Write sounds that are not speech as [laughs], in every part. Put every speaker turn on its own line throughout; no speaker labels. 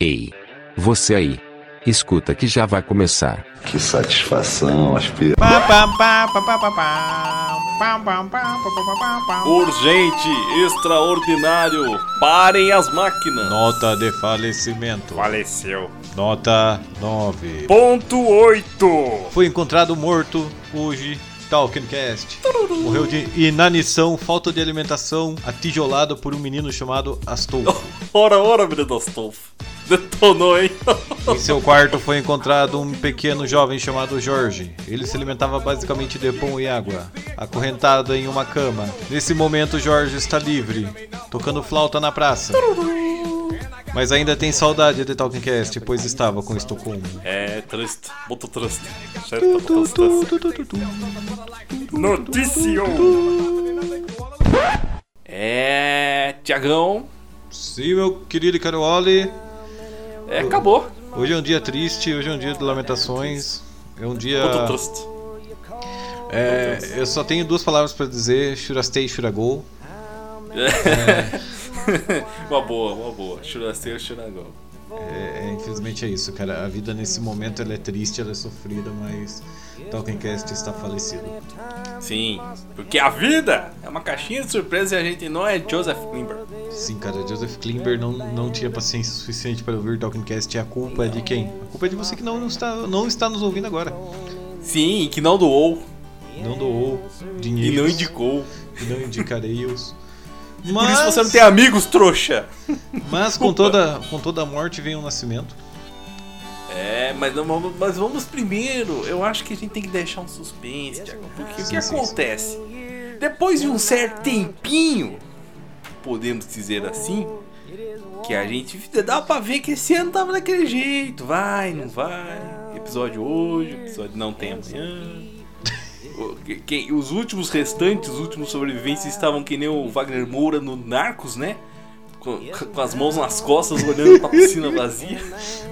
Ei! Você aí! Escuta que já vai começar.
Que satisfação, aspira.
Urgente, extraordinário, parem as máquinas.
Nota de falecimento.
Faleceu.
Nota 9.
Ponto 8.
Foi encontrado morto hoje. Talkincast. Morreu de inanição, falta de alimentação, atijolado por um menino chamado Astolfo.
Ora, ora, menino Astolfo. Detonou, hein? [laughs]
Em seu quarto foi encontrado um pequeno jovem chamado Jorge. Ele se alimentava basicamente de pão e água, acorrentado em uma cama. Nesse momento, Jorge está livre, tocando flauta na praça. Mas ainda tem saudade de Talkincast, pois estava com Estocolmo.
É, triste. Muito triste. Certo, muito triste. Notício. É, Tiagão.
Sim, meu querido Caroli.
É, acabou.
Hoje é um dia triste, hoje é um dia de lamentações. É um dia.
Muito triste. [laughs]
É, eu só tenho duas palavras pra dizer: Shurastei e Shuragol.
Uma boa, uma boa. Churaceu, churagão.
É, é, infelizmente é isso, cara. A vida nesse momento ela é triste, ela é sofrida, mas Talkincast está falecido.
Sim, porque a vida é uma caixinha de surpresa e a gente não é Joseph Klimber.
Sim, cara, Joseph Klimber não, não tinha paciência suficiente para ouvir Talkincast. E a culpa é de quem? A culpa é de você que não, não está, não está nos ouvindo agora.
Sim, que não doou
Não doou
e
dinheiro.
não indicou.
E não indicarei os.
Por isso
Mas,
você não tem amigos, trouxa.
mas com, toda, com toda a morte vem o nascimento.
É, mas, não vamos, mas vamos primeiro. Eu acho que a gente tem que deixar um suspense, Thiago. Porque o
Sim,
que
sim, sim.
acontece? Depois de um certo tempinho, podemos dizer assim, que a gente dá pra ver que esse ano tava daquele jeito. Vai, não vai. Episódio hoje, episódio não tem amanhã. O- que- que- os últimos restantes, os últimos sobreviventes estavam que nem o Wagner Moura no Narcos, né? Com, com as mãos nas costas, olhando pra piscina vazia.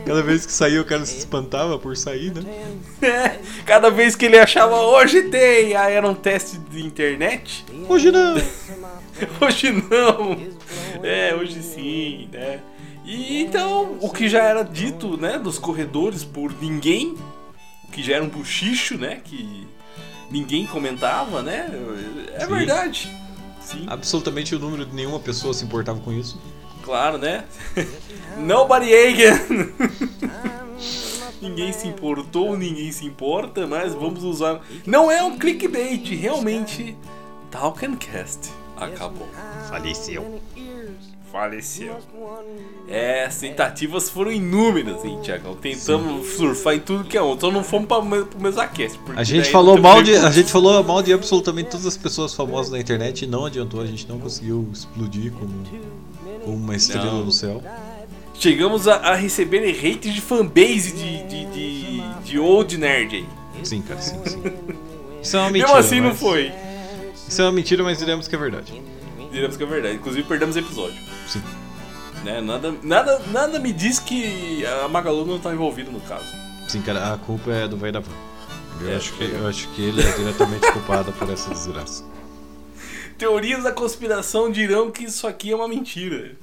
Cada vez que saía o cara se espantava por sair, né?
É, [laughs] Cada vez que ele achava hoje tem, aí era um teste de internet.
Hoje não!
[laughs] Hoje não. É, hoje sim, né? E então, o que já era dito, né, dos corredores por ninguém, o que já era um buchicho, né, que ninguém comentava, né? É
Sim.
verdade. Sim,
Absolutamente o número de nenhuma pessoa se importava com isso.
claro, né? [laughs] Nobody again. [laughs] Ninguém se importou, ninguém se importa, mas vamos usar. Não é um clickbait, realmente. Talkencast acabou.
Faleceu.
Faleceu. É, as tentativas foram inúmeras, hein, Tiagão? Tentamos surfar em tudo que é outro, só não fomos pra, me- pro Mesaquest. porque
A gente
daí
falou
não teve
mal de, a
recurso.
gente falou mal de absolutamente todas as pessoas famosas na internet e não adiantou, a gente não conseguiu explodir como, como uma estrela
Não.
no céu.
Chegamos a, a receber hate de fanbase de, de, de, de Old Nerd aí.
Sim, cara, sim, sim. Isso é uma mentira.
Mesmo assim, não
mas-
foi.
Isso é uma mentira, mas diremos que é verdade.
Diremos que é verdade. Inclusive, perdemos episódio.
Sim.
Né? Nada, nada, nada me diz que a Magalu não tá envolvida no caso.
Sim, cara, a culpa é do Vai da Van. Eu,
É,
acho que, eu acho que ele é diretamente culpado por essa desgraça.
Teorias da conspiração dirão que isso aqui é uma mentira.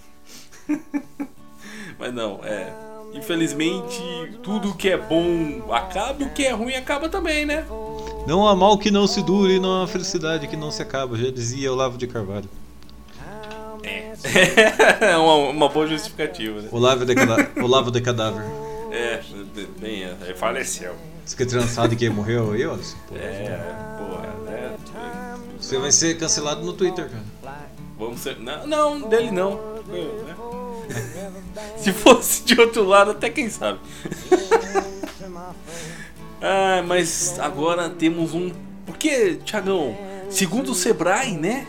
[laughs] Mas não, é. Infelizmente, tudo que é bom acaba, o que é ruim acaba também, né? [laughs]
Não há mal que não se dure e não há felicidade que não se acaba, já dizia Olavo de Carvalho.
É uma, uma boa justificativa, né?
Olavo
[laughs]
de, cada... Olavo de Cadáver.
É, bem, é, é, faleceu.
Você que é trançado e quem morreu aí, olha. Pô,
É, porra, né?
Você vai ser cancelado no Twitter, cara.
Vamos ser. Não, não, dele não. Eu, né? [laughs] Se fosse de outro lado, até quem sabe. [laughs] ah, mas agora temos um. Porque, Tiagão, segundo o Sebrae, né?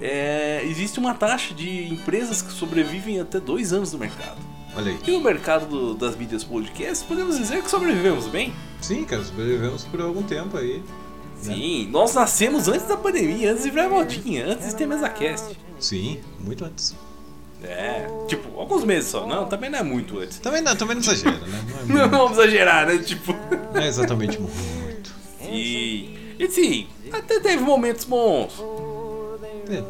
é, existe uma taxa de empresas que sobrevivem até dois anos no mercado.
Olha aí.
E no mercado do- das mídias podcast, podemos dizer que sobrevivemos bem.
Sim, cara, sobrevivemos por algum tempo aí.
Sim, nós nascemos antes da pandemia, antes de virar modinha, antes de ter mesa cast.
Sim, muito antes.
É,
Oh.
tipo, alguns meses só. Não, também não é muito antes. [laughs]
Também não, também não exagera, né? Não é,
Não
muito,
vamos exagerar, né? Tipo. [laughs]
não é exatamente muito.
E. E sim, até teve momentos bons.
Teve,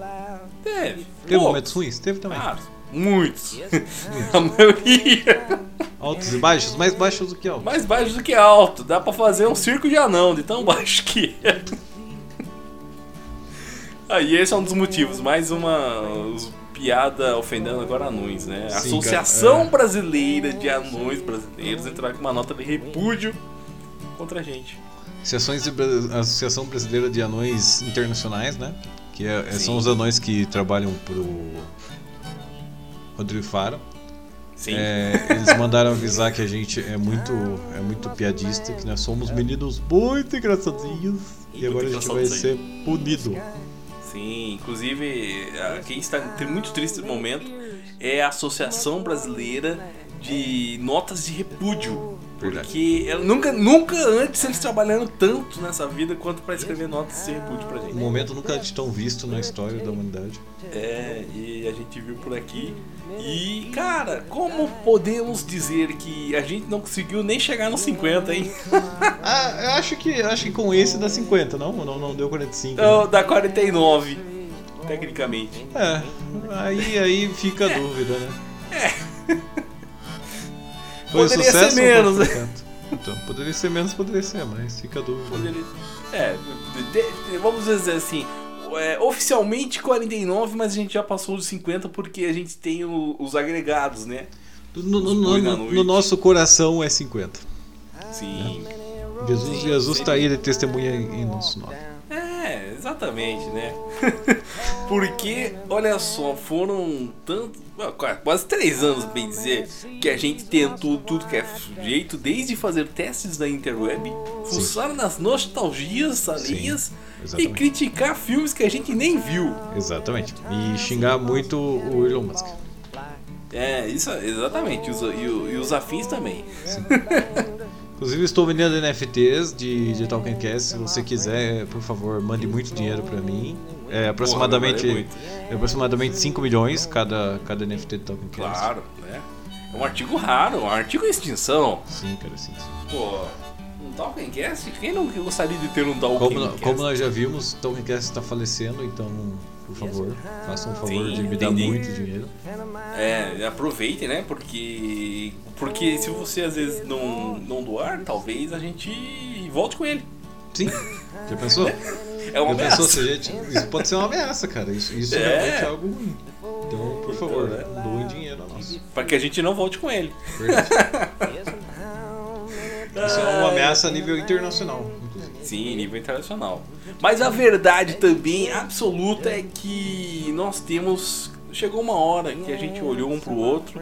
Teve.
teve
Pô,
momentos ruins? ah. Teve também.
Ah, Muitos. [laughs] A maioria. é.
Altos e baixos, mais baixos do que altos.
Mais baixo do que alto. Dá pra fazer um circo de anão, de tão [laughs] baixo que é. Aí esse é um dos motivos. Mais uma os- piada ofendendo agora anões, né? A
Sim,
Associação
cara, é.
Brasileira de Anões Brasileiros entrar com uma nota de repúdio contra a gente.
Associações de Bra- Associação Brasileira de Anões Internacionais, né? Que é- é- são os anões que trabalham pro Rodrigo Faro.
Sim.
É, [laughs] eles mandaram avisar que a gente é muito, é muito piadista, que nós somos meninos muito engraçadinhos. E agora a gente vai ser punido.
Sim, inclusive a- quem está tem muito triste no momento é a Associação Brasileira de Notas de Repúdio.
Verdade.
Porque ela- nunca, nunca antes eles trabalharam tanto nessa vida quanto para escrever notas de repúdio pra
Um
gente.
momento nunca antes tão visto na história da humanidade.
É, e a gente viu por aqui. E, cara, como podemos dizer que a gente não conseguiu nem chegar nos 50, hein?
Ah, eu acho que, eu acho que com esse dá 50, não? Não, não deu 45. né?
Então, dá 49, tecnicamente.
É, aí, aí fica a dúvida, né? É.
É. Poderia ser menos, né?
Então, poderia ser menos, poderia ser mais, fica a dúvida.
Poderia- É, de- de- vamos dizer assim. é, oficialmente 49, mas a gente já passou dos 50 porque a gente tem o- os agregados, né?
No, no-
Os
no-
boi na
no-
noite.
no nosso coração é 50.
Sim.
Jesus, Jesus tá aí de testemunha em em nosso nome.
É, exatamente, né? [laughs] porque, olha só, foram tanto. ah, qua- Quase três anos, bem dizer, que a gente tentou tudo que é jeito, desde fazer testes na interweb, fuçar nas nostalgias, salinhas e
exatamente.
criticar filmes que a gente nem viu.
Exatamente. E xingar muito o Elon Musk.
É, isso, exatamente. E os, e, o- e os afins também.
Inclusive, estou vendendo NFTs de, de Talking Cast. Se você quiser, por favor, mande muito dinheiro para mim. É aproximadamente,
Porra, vai
é aproximadamente 5 milhões cada, cada NFT de Talking Cast.
Claro, né? É um artigo raro, um artigo em extinção.
Sim, cara, sim. sim.
Pô, um Talkencast? Quem não gostaria de ter um
Como, nó-
Talkencast?
como é? nós já vimos, Talking Cast está falecendo, então, por favor, façam um favor
Sim,
de me dar
entendi.
muito dinheiro.
É, aproveitem, né? Porque porque se você às vezes não, não doar, talvez a gente volte com ele.
Sim, já pensou?
É uma
Já pensou se a
ameaça.
gente. Isso pode ser uma ameaça, cara. Isso, isso
É.
realmente é algo ruim. Então, por favor, né? doem dinheiro a nós.
Pra que a gente não volte com ele.
[laughs] Verdade. Isso é uma ameaça a nível internacional, inclusive.
Sim, nível internacional. Mas a verdade também absoluta é que nós temos. Chegou uma hora que a gente olhou um pro outro.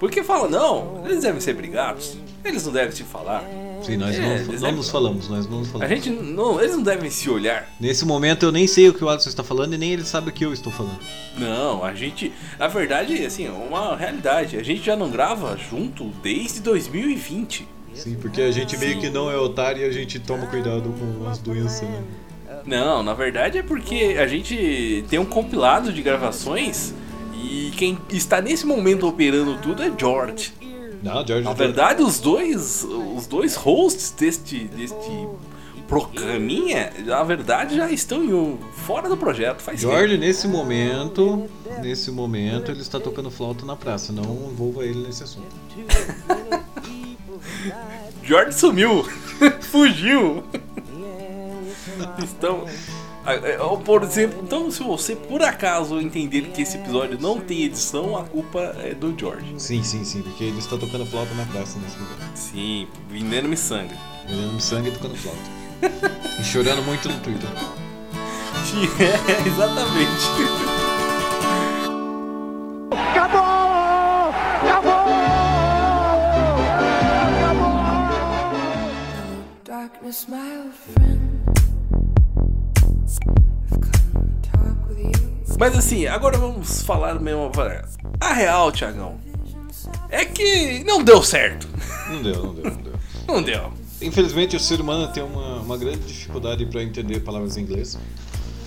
Porque fala, não, eles devem ser brigados, eles não devem se falar.
Sim, nós
É,
não- não,
exemplo.
nos falamos, nós não nos
A
falamos.
gente não, eles não devem se olhar.
Nesse momento eu nem sei o que o Alisson está falando e nem ele sabe o que eu estou falando.
Não, a gente, na verdade, assim, é uma realidade. A gente já não grava junto desde 2020.
Sim, porque a gente meio
Sim.
que não é otário e a gente toma cuidado com as doenças, né?
Não, na verdade é porque a gente tem um compilado de gravações e quem está nesse momento operando tudo é George.
Não, George.
Na verdade, os dois, os dois hosts deste, deste programinha, na verdade, já estão em um- fora do projeto faz tempo.
George, nesse momento, nesse momento, ele está tocando flauta na praça. Não envolva ele nesse assunto.
George sumiu, [laughs] fugiu. então, a- a- por exemplo, então se você por acaso entender que esse episódio não tem edição, a culpa é do George.
Sim, sim, sim, porque ele está tocando flauta na praça nesse momento.
Sim, vendendo me sangue.
Bebendo sangue e tocando flauta. e chorando muito no Twitter.
[laughs] É, exatamente.
Darkness, my old friend. I've come to talk with you.
Mas assim, agora vamos falar mesmo. A real, Thiagão, é que não deu certo. [laughs]
Não deu, não deu, não deu.
Não deu.
Infelizmente o ser humano tem uma, uma grande dificuldade para entender palavras em inglês.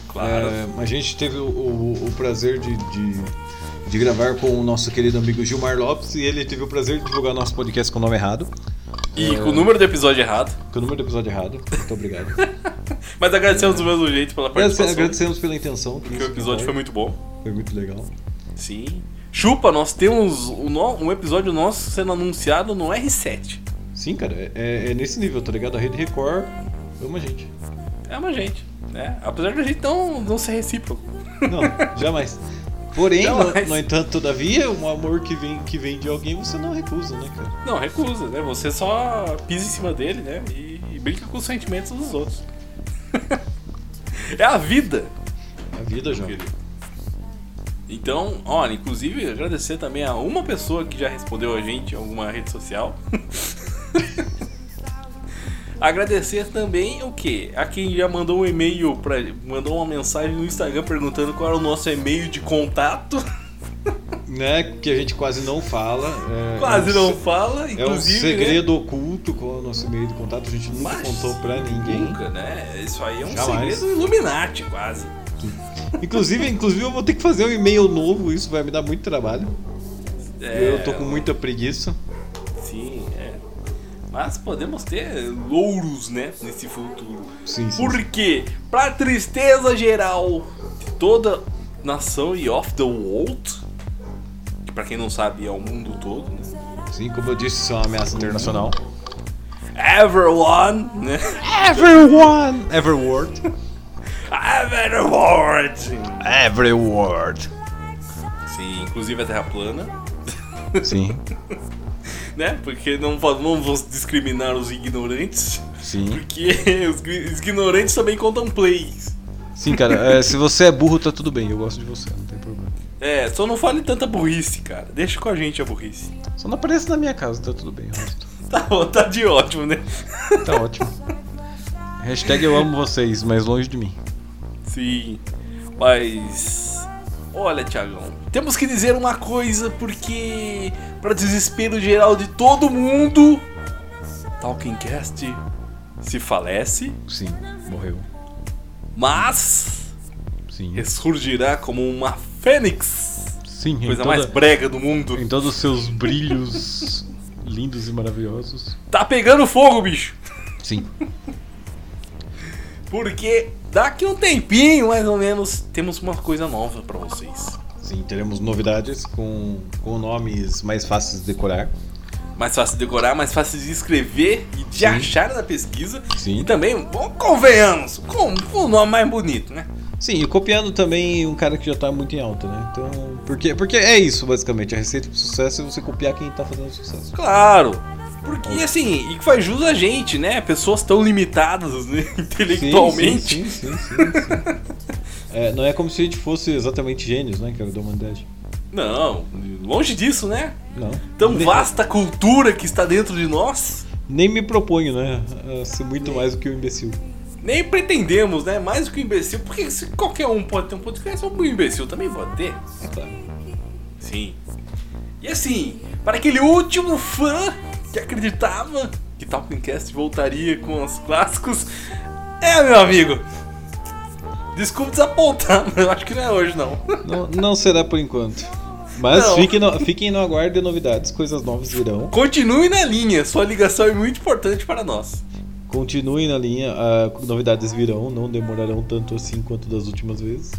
Claro.
É, a gente teve o, o- o prazer de, de, de gravar com o nosso querido amigo Gilmar Lopes e ele teve o prazer de divulgar nosso podcast com o nome errado,
E com o número do episódio errado.
com o número do episódio errado. Muito obrigado.
[laughs] Mas agradecemos do mesmo jeito pela participação.
Agradecemos pela intenção.
Porque o episódio foi muito bom.
foi muito legal.
Sim. Chupa, nós temos um, no- um episódio nosso sendo anunciado no R7.
Sim, cara, é- é, é nesse nível, tá ligado? A Rede Record ama a gente.
É uma gente, né? Apesar de a gente não, não ser recíproco.
Não, [laughs] jamais. Porém,
Jamais.
No, no entanto, todavia, um amor que vem, que vem de alguém você não recusa, né, cara?
Não, recusa, né? Você só pisa em cima dele, né? E, e brinca com os sentimentos dos outros. [laughs] é a vida,
A vida, João.
querido. Então, olha, inclusive agradecer também a uma pessoa que já respondeu a gente em alguma rede social. [laughs] agradecer também o quê? A quem já mandou um e-mail, pra, mandou uma mensagem no Instagram perguntando qual era o nosso e-mail de contato.
[laughs] Né? Que a gente quase não fala. é-
Quase
é um
não
se-
fala,
É um
inclusive. né?
segredo oculto com o nosso e-mail de contato, a gente nunca
Mas-
contou pra ninguém.
Nunca, né? Isso aí é um
Jamais.
segredo Illuminati, quase.
Inclusive, inclusive, eu vou ter que fazer um e-mail novo, isso vai me dar muito trabalho.
É,
eu tô com muita preguiça.
Sim, é. Mas podemos ter louros, né? Nesse futuro.
Sim, sim.
Porque, pra tristeza geral de toda nação e off the world, que pra quem não sabe é o mundo todo, né?
Sim, como eu disse, isso é uma ameaça internacional.
Everyone, né? [laughs]
Everyone! Everworld.
Everyone!
Everworld.
Sim, inclusive a Terra plana.
Sim,
né? Porque não, va- não vamos discriminar os ignorantes.
sim.
Porque [laughs] os gri- os ignorantes também contam plays.
Sim, cara, é, se você é burro, tá tudo bem. Eu gosto de você, não tem problema.
É, só não fale tanta burrice, cara. Deixa com a gente a burrice.
Só não apareça na minha casa, tá tudo bem. o resto
[laughs] Tá, bom, tá de ótimo, né?
Tá ótimo. Hashtag eu amo vocês, mas longe de mim.
Sim. Mas. Olha, Tiagão. Temos que dizer uma coisa, porque. Pra desespero geral de todo mundo. Talking Cast se falece,
Sim, morreu.
mas.
Sim.
ressurgirá como uma fênix.
Sim, em,
Coisa
toda-
mais brega do mundo.
em todos os seus brilhos lindos e maravilhosos.
Tá pegando fogo, bicho.
Sim.
Porque daqui um tempinho, mais ou menos, temos uma coisa nova pra vocês.
Sim, teremos novidades com, com nomes mais fáceis de decorar.
Mais fácil de decorar, mais fácil de escrever e de
Sim.
achar na pesquisa.
Sim.
E também, bom, convenhamos, com com o nome mais bonito, né?
Sim, e copiando também um cara que já tá muito em alta, né? Então, porque, porque é isso, basicamente. A receita pro sucesso é você copiar quem tá fazendo sucesso.
Claro. Porque assim, e que faz jus a gente, né? Pessoas tão limitadas né? [laughs] intelectualmente.
Sim, sim, sim, sim, sim. É, não é como se a gente fosse exatamente gênios, né, cara, da humanidade.
Não, longe disso, né?
Não.
Tão
nem,
vasta cultura que está dentro de nós.
nem me proponho, né? A ser muito mais do que um imbecil.
Nem pretendemos, né? Mais do que um imbecil. Porque se qualquer um pode ter um podcast, um imbecil também pode ter.
Claro.
Sim. E assim, para aquele último fã que acreditava que Talking Cast voltaria com os clássicos, é, meu amigo. Desculpe desapontar, [laughs] mas eu acho que não é hoje, não.
Não, não será por enquanto. Mas
Não.
fiquem no, fiquem no aguardo de novidades, coisas novas virão.
Continue na linha, sua ligação é muito importante para nós.
Continuem na linha, ah, novidades virão, não demorarão tanto assim quanto das últimas vezes.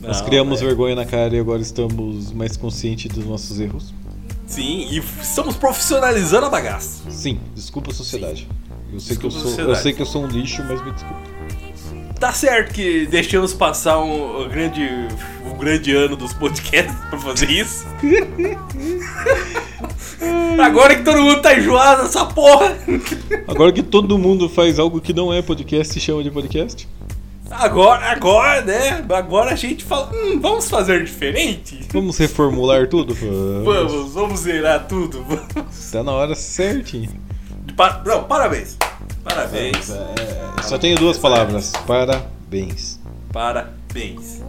Nós
Não,
criamos
é.
vergonha na cara e agora estamos mais conscientes dos nossos erros.
é. Sim, e estamos profissionalizando a bagaça.
Sim, desculpa a sociedade. Eu sei, que
Desculpa
eu,
a
sou, eu
sociedade.
sei que eu sou um lixo, mas me desculpe.
Tá certo que deixamos passar um, um grande, um grande ano dos podcasts pra fazer isso. Agora que todo mundo tá enjoado dessa porra.
Agora que todo mundo faz algo que não é podcast e chama de podcast,
Agora, agora, né? Agora a gente fala, hum, vamos fazer diferente?
vamos reformular tudo? Vamos.
Vamos, vamos zerar tudo. Vamos.
Tá na hora certinho.
Pa- Não, parabéns. Parabéns.
É, só tenho duas palavras. Parabéns.
Parabéns.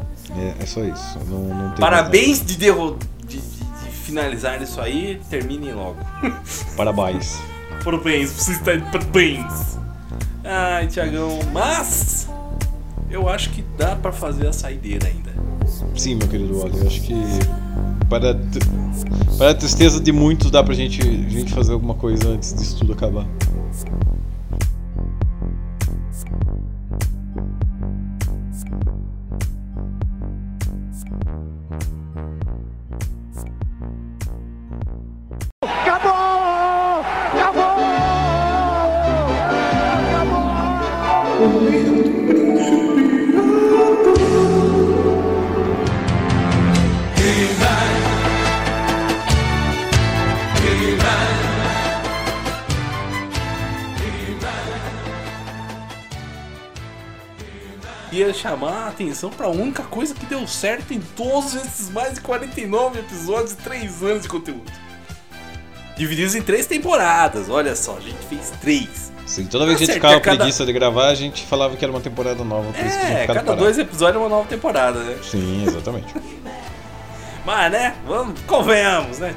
É, é só isso. eu Não, não tenho mais
Parabéns de, derro... de, de- de finalizar isso aí. Terminem logo.
nada. Parabéns.
Parabéns, você está de parabéns. Ai, Tiagão, mas eu acho que dá pra fazer a saideira ainda.
Sim, meu querido Wally, eu acho que para, tr- para a tristeza de muitos dá pra gente, a gente fazer alguma coisa antes disso tudo acabar.
queria chamar a atenção pra única coisa que deu certo em todos esses mais de 49 episódios e 3 anos de conteúdo. Divididos em três temporadas, olha só, a gente fez três.
Sim, toda vez que a gente
Tá certo,
ficava
cada-
preguiça de gravar, a gente falava que era uma temporada nova, por isso que tinha
É,
ficado
cada
parado.
dois episódios é uma nova temporada, né?
Sim, exatamente.
Mas, né? Vamos, convenhamos, né?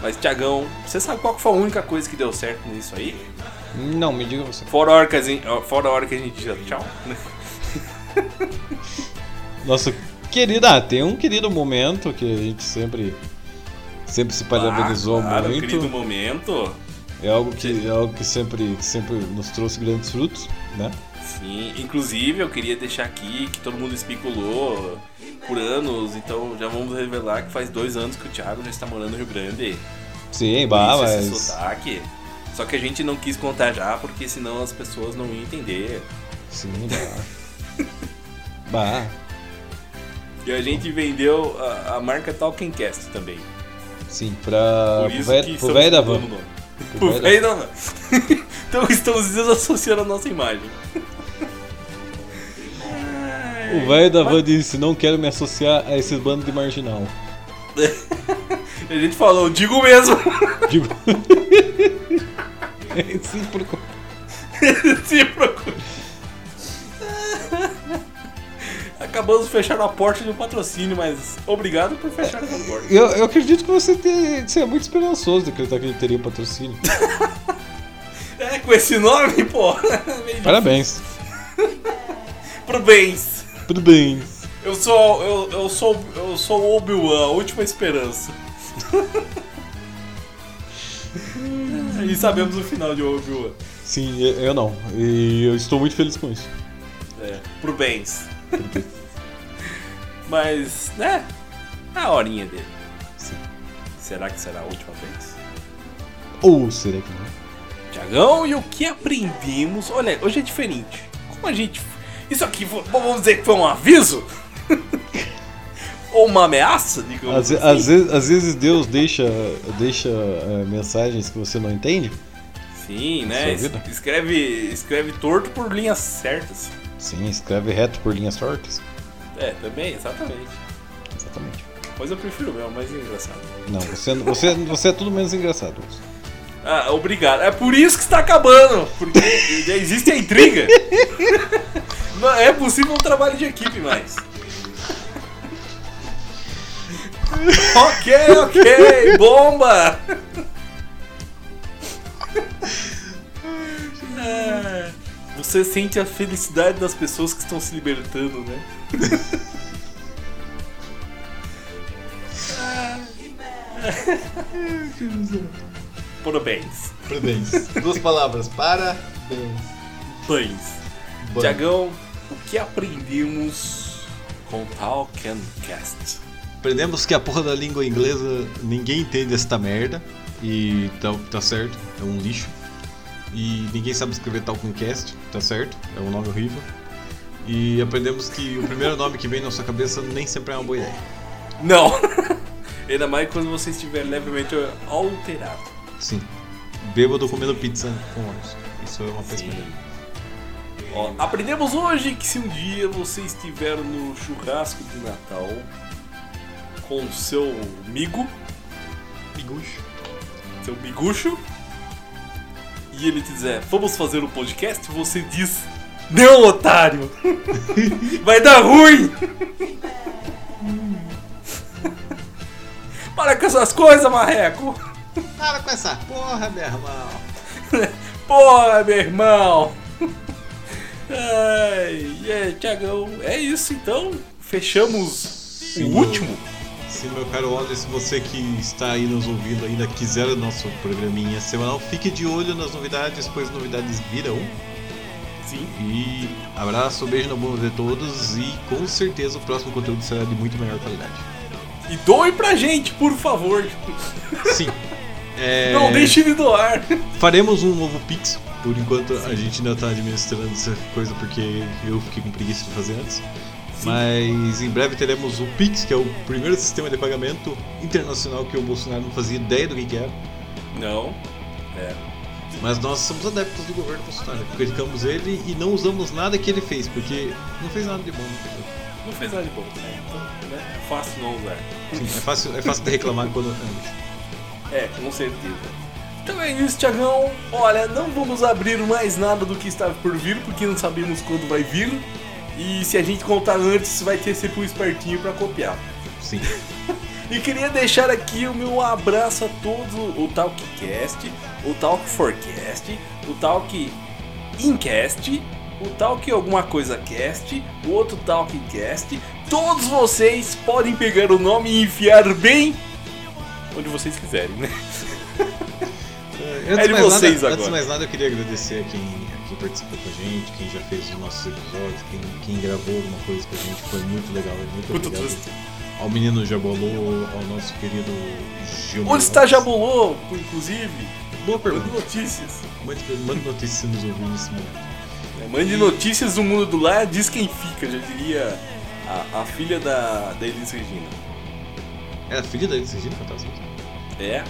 Mas, Tiagão, você sabe qual que foi a única coisa que deu certo nisso aí?
Não, me diga você.
Fora a hora que a gente, fora a hora que a gente já tchau. né?
Nosso querido. Ah, tem um querido momento que a gente sempre. Sempre se parabenizou
Ah, claro,
muito.
querido momento.
É algo que, é algo que sempre, que sempre nos trouxe grandes frutos, né?
Sim, inclusive eu queria deixar aqui que todo mundo especulou por anos, então já vamos revelar que faz dois anos que o Thiago já está morando no Rio Grande.
Sim, bah,
Por isso esse
mas.
sotaque. Só que a gente não quis contar já, porque senão as pessoas não iam entender.
Sim, bah. [laughs] bah,
E a gente vendeu a, a marca Talkencast também.
sim, pra.
Por
Ah, Pro
isso
velho
que
pro
estamos
velho da
mudando
van.
o nome.
Pro
Pro
velho da-
velho da van. [laughs] então estamos desassociando a nossa imagem.
O velho da van disse: Não quero me associar a esses bandos
[laughs]
de marginal.
A gente falou, digo mesmo. [laughs]
Digo. Sim, por co-
Se procura. Acabamos de fechar a porta de um patrocínio, mas obrigado por fechar essa porta.
eu, eu acredito que você, te, você é muito esperançoso de acreditar que ele teria
[laughs]
um patrocínio.
É, com esse nome, pô. Meio
Parabéns.
de- Parabéns.
Tudo bem.
Eu sou. Eu, eu sou. Eu sou o Obi-Wan, a última esperança. [laughs] e sabemos o final de Obi-Wan.
Sim, eu eu não. E eu estou muito feliz com isso.
É, pro bens. [laughs] Mas, né? A horinha dele.
Sim.
Será que será a última vez?
Ou será que não?
Tiagão, e o que aprendemos? Olha, hoje é diferente. Como a gente. Isso aqui, vo- vamos dizer que foi um aviso? [laughs] Ou uma ameaça, digamos assim?
Às, ve- às vezes, às vezes Deus deixa, deixa é, mensagens que você não entende.
Sim, né?
Sua é vida.
Es- Escreve, escreve torto por linhas certas.
Sim, escreve reto por linhas tortas.
É, também, exatamente.
Exatamente.
Pois eu prefiro o meu, mais engraçado.
Não, você, você, você é tudo menos engraçado.
Ah, obrigado. É por isso que está acabando. Porque já existe a [laughs] intriga. Não é possível um trabalho de equipe mais. ok, ok. Bomba! Ah, [laughs] Você sente a felicidade das pessoas que estão se libertando, né? Parabéns.
Parabéns. Duas palavras. Parabéns.
Parabéns. Tiagão, o que aprendemos com Talkencast?
Aprendemos que a porra da língua inglesa ninguém entende esta merda. E tá, tá certo, é um lixo. E ninguém sabe escrever Talconcast, tá certo, é um nome horrível. E aprendemos que o primeiro nome que vem na sua cabeça nem sempre é uma boa ideia.
Não! [laughs] Ainda mais quando você estiver levemente alterado.
Sim. Bêbado comendo pizza com ônibus. Isso é uma péssima ideia.
Ó, aprendemos hoje que se um dia você estiver no churrasco de Natal com o seu amigo,
Miguxo.
seu miguxo, e ele te dizer, vamos fazer um podcast, você diz, não, otário! Vai dar ruim! [laughs] Para com essas coisas, marreco!
Para com essa porra, meu irmão.
Porra, meu irmão! [laughs] Ai, e aí, Tiagão, é isso então. Fechamos o
Sim.
último.
Sim, meu caro Wander, se você que está aí nos ouvindo ainda quiser o nosso programinha semanal, fique de olho nas novidades, pois novidades virão.
Sim.
E abraço, beijo na bunda de todos e com certeza o próximo conteúdo será de muito melhor qualidade.
E doe pra gente, por favor.
Sim. É,
Não deixe de doar.
Faremos um novo Pix. Por enquanto a gente ainda está administrando essa coisa porque eu fiquei com preguiça de fazer antes. Mas em breve teremos o Pix, que é o primeiro sistema de pagamento internacional que o Bolsonaro não fazia ideia do que que era.
Não.
Mas nós somos adeptos do governo Bolsonaro. Criticamos ele e não usamos nada que ele fez, porque não fez nada de bom. né, entendeu?
Não fez nada de bom. né? Então, né? É fácil não usar.
Sim, é fácil, é fácil de reclamar quando. [laughs]
É, com certeza. Então é isso, Tiagão. Olha, não vamos abrir mais nada do que está por vir, porque não sabemos quando vai vir. E se a gente contar antes, vai ter sempre um espertinho para copiar.
Sim.
E queria deixar aqui o meu abraço a todos o Talkcast, o Talk Forecast, o Talk Incast, o Talk Alguma Coisa Cast, o outro Talkcast. Todos vocês podem pegar o nome e enfiar bem onde vocês quiserem, né?
Antes
É de
mais nada-
vocês
Antes
agora.
de mais nada, eu queria agradecer a quem, a quem participou com a gente, quem já fez os nossos episódios, quem, quem gravou alguma coisa com a gente. Foi muito legal. é Muito
Muito
obrigado
triste.
ao menino Jabolô, ao nosso querido Gilmar.
Onde está Jabulô, inclusive?
Boa
Mande
pergunta.
notícias.
Mande, mande notícias se nos ouvindo nesse momento.
É, Mande notícias do mundo do lar, diz quem fica, já diria a, a filha da, da Elis Regina.
É a filha da Elis Regina Fantasma?
É,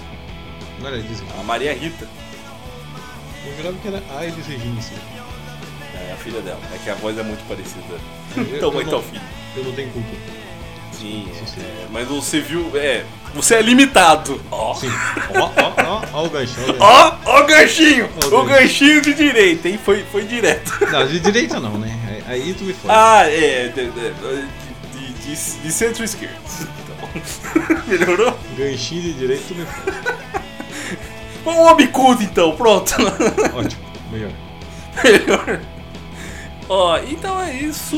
Não era a Elis Regina.
a Maria Rita.
Eu jurava que era a Elis Regina. Sim.
É a filha dela. É que a voz é muito parecida.
Eu-
[laughs] Então,
eu
mãe,
não-
então, filho.
Eu não tenho culpa.
Sim, é,
Sim, sim.
é, mas você viu. É, você é limitado. Ó,
Sim. Ó, ó, ó, ó o gancho. Ó, o gancho.
ó, ó o ganchinho!
Ó o
O ganchinho de direita, hein? Foi, foi [laughs] direto.
Não, de direita não, né? Aí- Aí tu me fode.
Ah, é. De, de- de- de- de centro-esquerda. Então, [laughs] melhorou?
Ganchinho de direita tu
[laughs]
me fode.
Foi um homem culto, então, pronto. [laughs]
Ótimo, melhor.
Melhor. Ó, então é isso.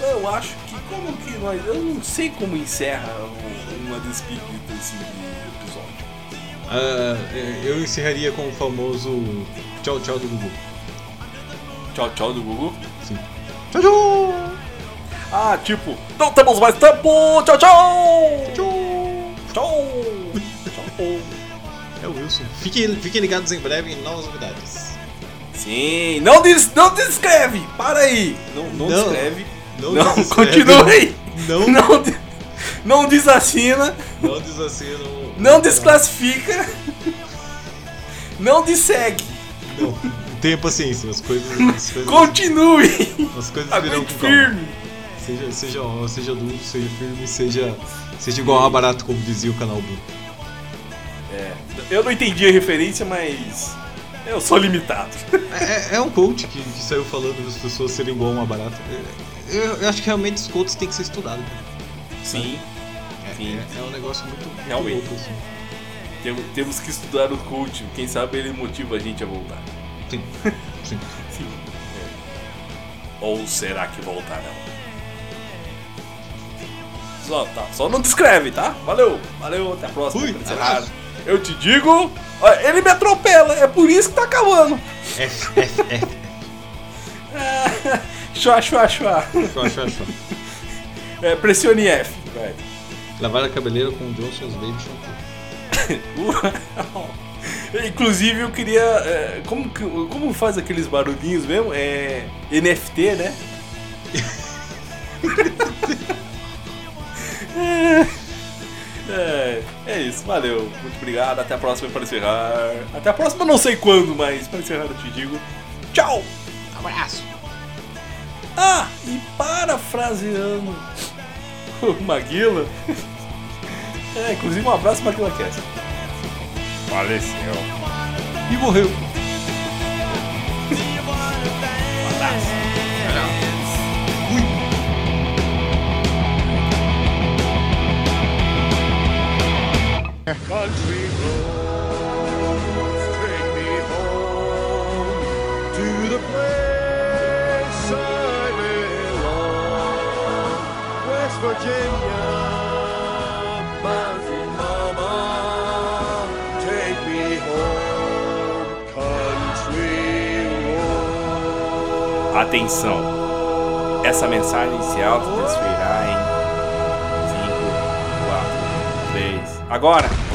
Eu acho que como que nós. Eu não sei como encerra o- uma despedida desse episódio.
Ah, eu encerraria com o famoso tchau tchau do Gugu.
Tchau, tchau do Google.
Sim. Tchau tchau!
Ah, tipo, não temos mais tempo! Tchau, tchau! Tchau! Tchau! Tchau!
É o Wilson. Fiquem, fiquem ligados em breve em novas novidades.
Sim, não, des, não descreve! Para aí! Não, não,
Não,
descreve. Não,
desesperem.
continua aí!
Não, não,
Não, de- não desassina!
desassinam.
Não desclassifica! Não dessegue!
Não. Tenha paciência, as coisas. As coisas,
Continue!
as coisas virão
Aguente
com calma.
firme!
Seja, seja, seja duro, seja firme, seja, seja igual a barato, como dizia o canal B.
Eu não entendi a referência, mas. Eu sou limitado.
É, é um coach que, que saiu falando das pessoas serem igual uma barata. É, Eu, eu acho que realmente os coaches têm que ser estudados. cara.
Sim,
É,
Sim.
é- é um negócio muito, muito
Realmente.
louco, assim.
tem- temos que estudar o coaching. Quem sabe ele motiva a gente a voltar.
[laughs] Sim, sim.
Ou será que voltarão? Só, tá, só não descreve, tá? Valeu, valeu, até a próxima.
Fui,
Cancelaram.
abraço.
Eu te digo, ó, ele me atropela, é por isso que tá
[laughs]
acabando. [laughs]
F, F, F.
Chua, chua, chua.
Chua, chua, chua.
É, pressione F. Vai.
Lavar a cabeleira com o Johnson's Baby Shampoo.
[laughs] Uau. Inclusive, eu queria. é, como, que- como faz aqueles barulhinhos mesmo? É. NFT, né? é, é isso, valeu. Muito obrigado. Até a próxima para encerrar. Até a próxima, não sei quando, mas para encerrar eu te digo. Tchau!
Abraço!
Ah, e parafraseando o Maguila. [laughs] É, inclusive, um abraço, Maguila Cast. Faleceu.
E morreu.
country roads take me home to the place I belong. West Virginia, mountain mama, take me home, country roads.
Atenção! Essa mensagem se autodestruirá em 5, 4, 3. Agora!